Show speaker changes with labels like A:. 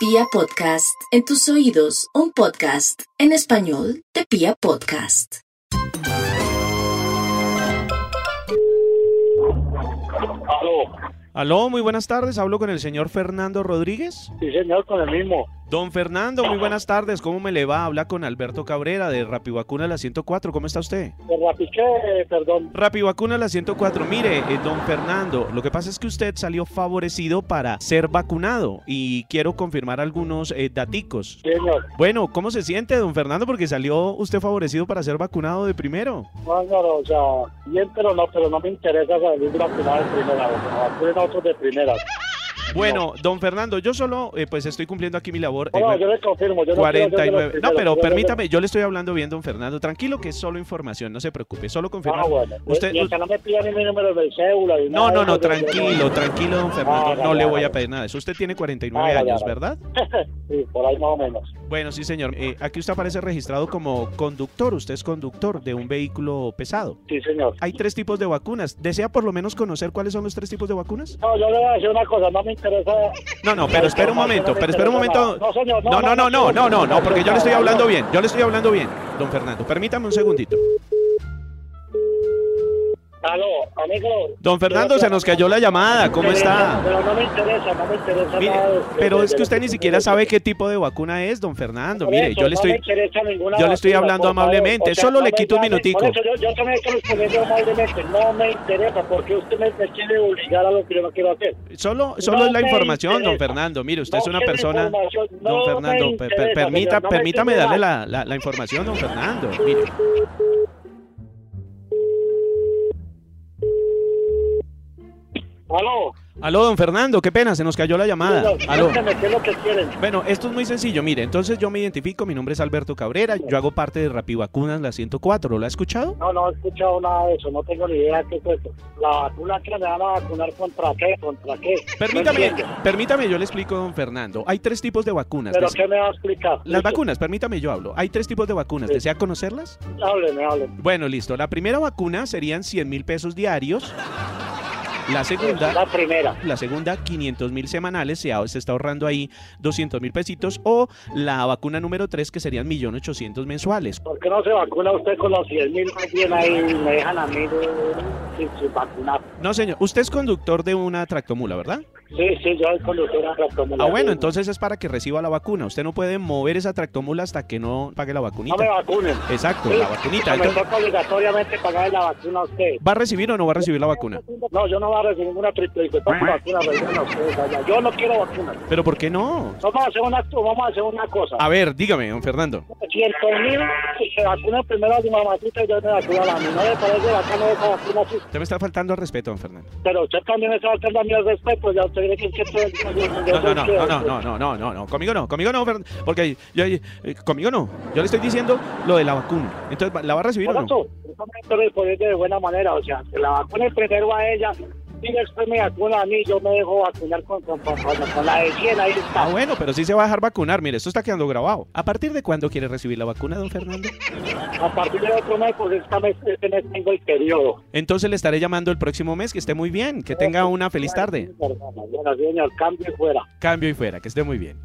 A: Pia Podcast, en tus oídos, un podcast en español de Pia Podcast.
B: Aló,
C: Aló, muy buenas tardes. Hablo con el señor Fernando Rodríguez.
B: sí señor, con el mismo.
C: Don Fernando, muy buenas tardes. ¿Cómo me le va? Habla con Alberto Cabrera de Rapivacuna la 104. ¿Cómo está usted?
B: El rapiche, eh, perdón.
C: Rapivacuna la 104. Mire, eh, don Fernando, lo que pasa es que usted salió favorecido para ser vacunado y quiero confirmar algunos eh, daticos.
B: Sí, señor.
C: Bueno, ¿cómo se siente, don Fernando? Porque salió usted favorecido para ser vacunado de primero.
B: No, señor, o sea, bien, pero no, pero no me interesa salir vacunado de primera. O sea, vacunen a otros de primera.
C: Bueno, don Fernando, yo solo eh, pues estoy cumpliendo aquí mi labor. eh,
B: Bueno,
C: la-
B: yo le confirmo. Yo no quiero ser de los
C: 49. No,
B: primeros,
C: pero
B: yo- yo-
C: permítame, yo le estoy hablando bien, don Fernando. Tranquilo que es solo información, no se preocupe, solo confirma.
B: Ah, bueno.
C: Usted,
B: Usted, y, que no me pida ni mi número de cédula. ni
C: no,
B: nada,
C: no, no,
B: porque yo-
C: tranquilo, tranquilo, don Fernando.
B: Ah, ya,
C: No le
B: ya,
C: voy
B: ya.
C: a pedir nada. de Eso usted tiene
B: Ah,
C: 49
B: ya, ya,
C: años,
B: ya.
C: ¿verdad?
B: Sí, por ahí más o menos.
C: Bueno, sí, señor. Eh, aquí usted aparece registrado como conductor. Usted es conductor de un vehículo pesado.
B: Sí, señor.
C: Hay tres tipos de vacunas. ¿Desea por lo menos conocer cuáles son los tres tipos de vacunas?
B: No, yo le voy a decir una cosa, no me interesa.
C: No, no, pero espera un momento, pero espera un momento.
B: No, señor,
C: No, no, no, no, no, no, no, porque yo le estoy hablando bien, yo le estoy hablando bien, don Fernando. Permítame un segundito.
B: Aló, amigo.
C: Don Fernando, se nos cayó la llamada, ¿cómo está?
B: Pero no me interesa, no me interesa
C: Mire,
B: nada. de-
C: pero
B: de-
C: es
B: de
C: que
B: lo
C: usted ni
B: tú
C: siquiera
B: me
C: sabe
B: dices.
C: qué tipo de vacuna es, don Fernando.
B: Por
C: Mire,
B: eso,
C: yo le
B: no me
C: estoy...
B: interesa ninguna
C: yo le estoy
B: vacuna,
C: hablando
B: por favor.
C: amablemente,
B: O sea,
C: solo
B: no
C: le
B: me
C: quito un
B: llame,
C: minutico.
B: Por eso yo, yo también estoy respondiendo amablemente. No me interesa, porque usted me, me quiere obligar a lo que yo no quiero hacer.
C: Solo, solo
B: No
C: es la
B: me
C: información, don
B: interesa.
C: Fernando. Mire, usted
B: No
C: es una
B: quiero
C: persona...
B: información, no
C: Don Fernando,
B: me
C: per- per-
B: interesa,
C: permita-
B: señor, no me
C: permítame
B: sirve
C: darle
B: nada.
C: la, la- la información, don Fernando. Mire,
B: Aló.
C: aló, don Fernando, qué pena, se nos cayó la llamada.
B: Diga,
C: Aló.
B: cuénteme, ¿Qué es lo que quieren?
C: Bueno, esto es muy sencillo. Mire, entonces yo me identifico, mi nombre es Alberto Cabrera, yo hago parte de Rapivacunas, la 104. ¿Lo ha escuchado?
B: No, no he escuchado nada de eso, no tengo ni idea de qué es eso. La vacuna que me van a vacunar contra qué, contra qué. No
C: Permítame,
B: entiendo.
C: permítame, yo le explico, don Fernando. Hay tres tipos de vacunas.
B: ¿Pero
C: Dese-
B: qué me va a explicar?
C: Las
B: Listo,
C: vacunas, permítame, yo hablo. Hay tres tipos de vacunas.
B: Sí.
C: ¿Desea conocerlas?
B: Hábleme, hábleme.
C: Bueno, listo. La primera vacuna serían 100 mil pesos diarios. La segunda,
B: La primera.
C: la segunda 500 mil semanales. Se, ha- se está ahorrando ahí 200 mil pesitos. O la vacuna número tres, que serían 1.800.000 mensuales.
B: ¿Por qué no se vacuna usted con los 100 mil más bien ahí? Me dejan a mí de- sin, sin vacunar.
C: No, señor. Usted es conductor de una tractomula, ¿verdad?
B: Sí, sí, yo soy conductor a
C: Ah, bueno, entonces es para que reciba la vacuna. Usted no puede mover esa tractomula hasta que no pague la
B: No me
C: vacunita.
B: vacunen.
C: Exacto,
B: Sí,
C: la vacunita.
B: Me
C: Entonces,
B: toca obligatoriamente pagar la vacuna a usted.
C: ¿Va a recibir o no va a recibir la vacuna?
B: No, yo no voy a recibir ninguna triple y vacuna, reciban a ustedes allá. Yo no quiero vacunas.
C: ¿Pero por qué no?
B: Vamos a hacer una, vamos a hacer una cosa.
C: A ver, dígame, don Fernando.
B: 100 mil se vacuna primero a mi mamacita y yo me vacuno a la mía. No me parece bacano esa vacuna así.
C: Usted me está faltando al respeto, don Fernando.
B: Pero usted también está faltando a mí el respeto. Ya usted cree que es que todo el-
C: No, no, no, no, no, no, no, no, no, no. Conmigo no, conmigo no, Fern- porque yo, eh, conmigo no. Yo le estoy diciendo lo de la vacuna. Entonces, ¿va- ¿la va a recibir o
B: Por
C: no?
B: eso, eso me quiero disponer de buena manera, o sea, que la vacune primero a ella y después me vacuna a mí, yo me dejo vacunar con, con, con, con- con la de 100, ahí
C: Ah,
B: está.
C: bueno, pero sí se va a dejar vacunar. Mire, esto está quedando grabado. ¿A partir de cuándo quiere recibir la vacuna, don Fernando?
B: A partir de otro mes, pues esta mes, este mes tengo el periodo.
C: Entonces le estaré llamando el próximo mes. Que esté muy bien. Que tenga una feliz tarde.
B: Bueno, señor, cambio y fuera.
C: Cambio y fuera. Que esté muy bien.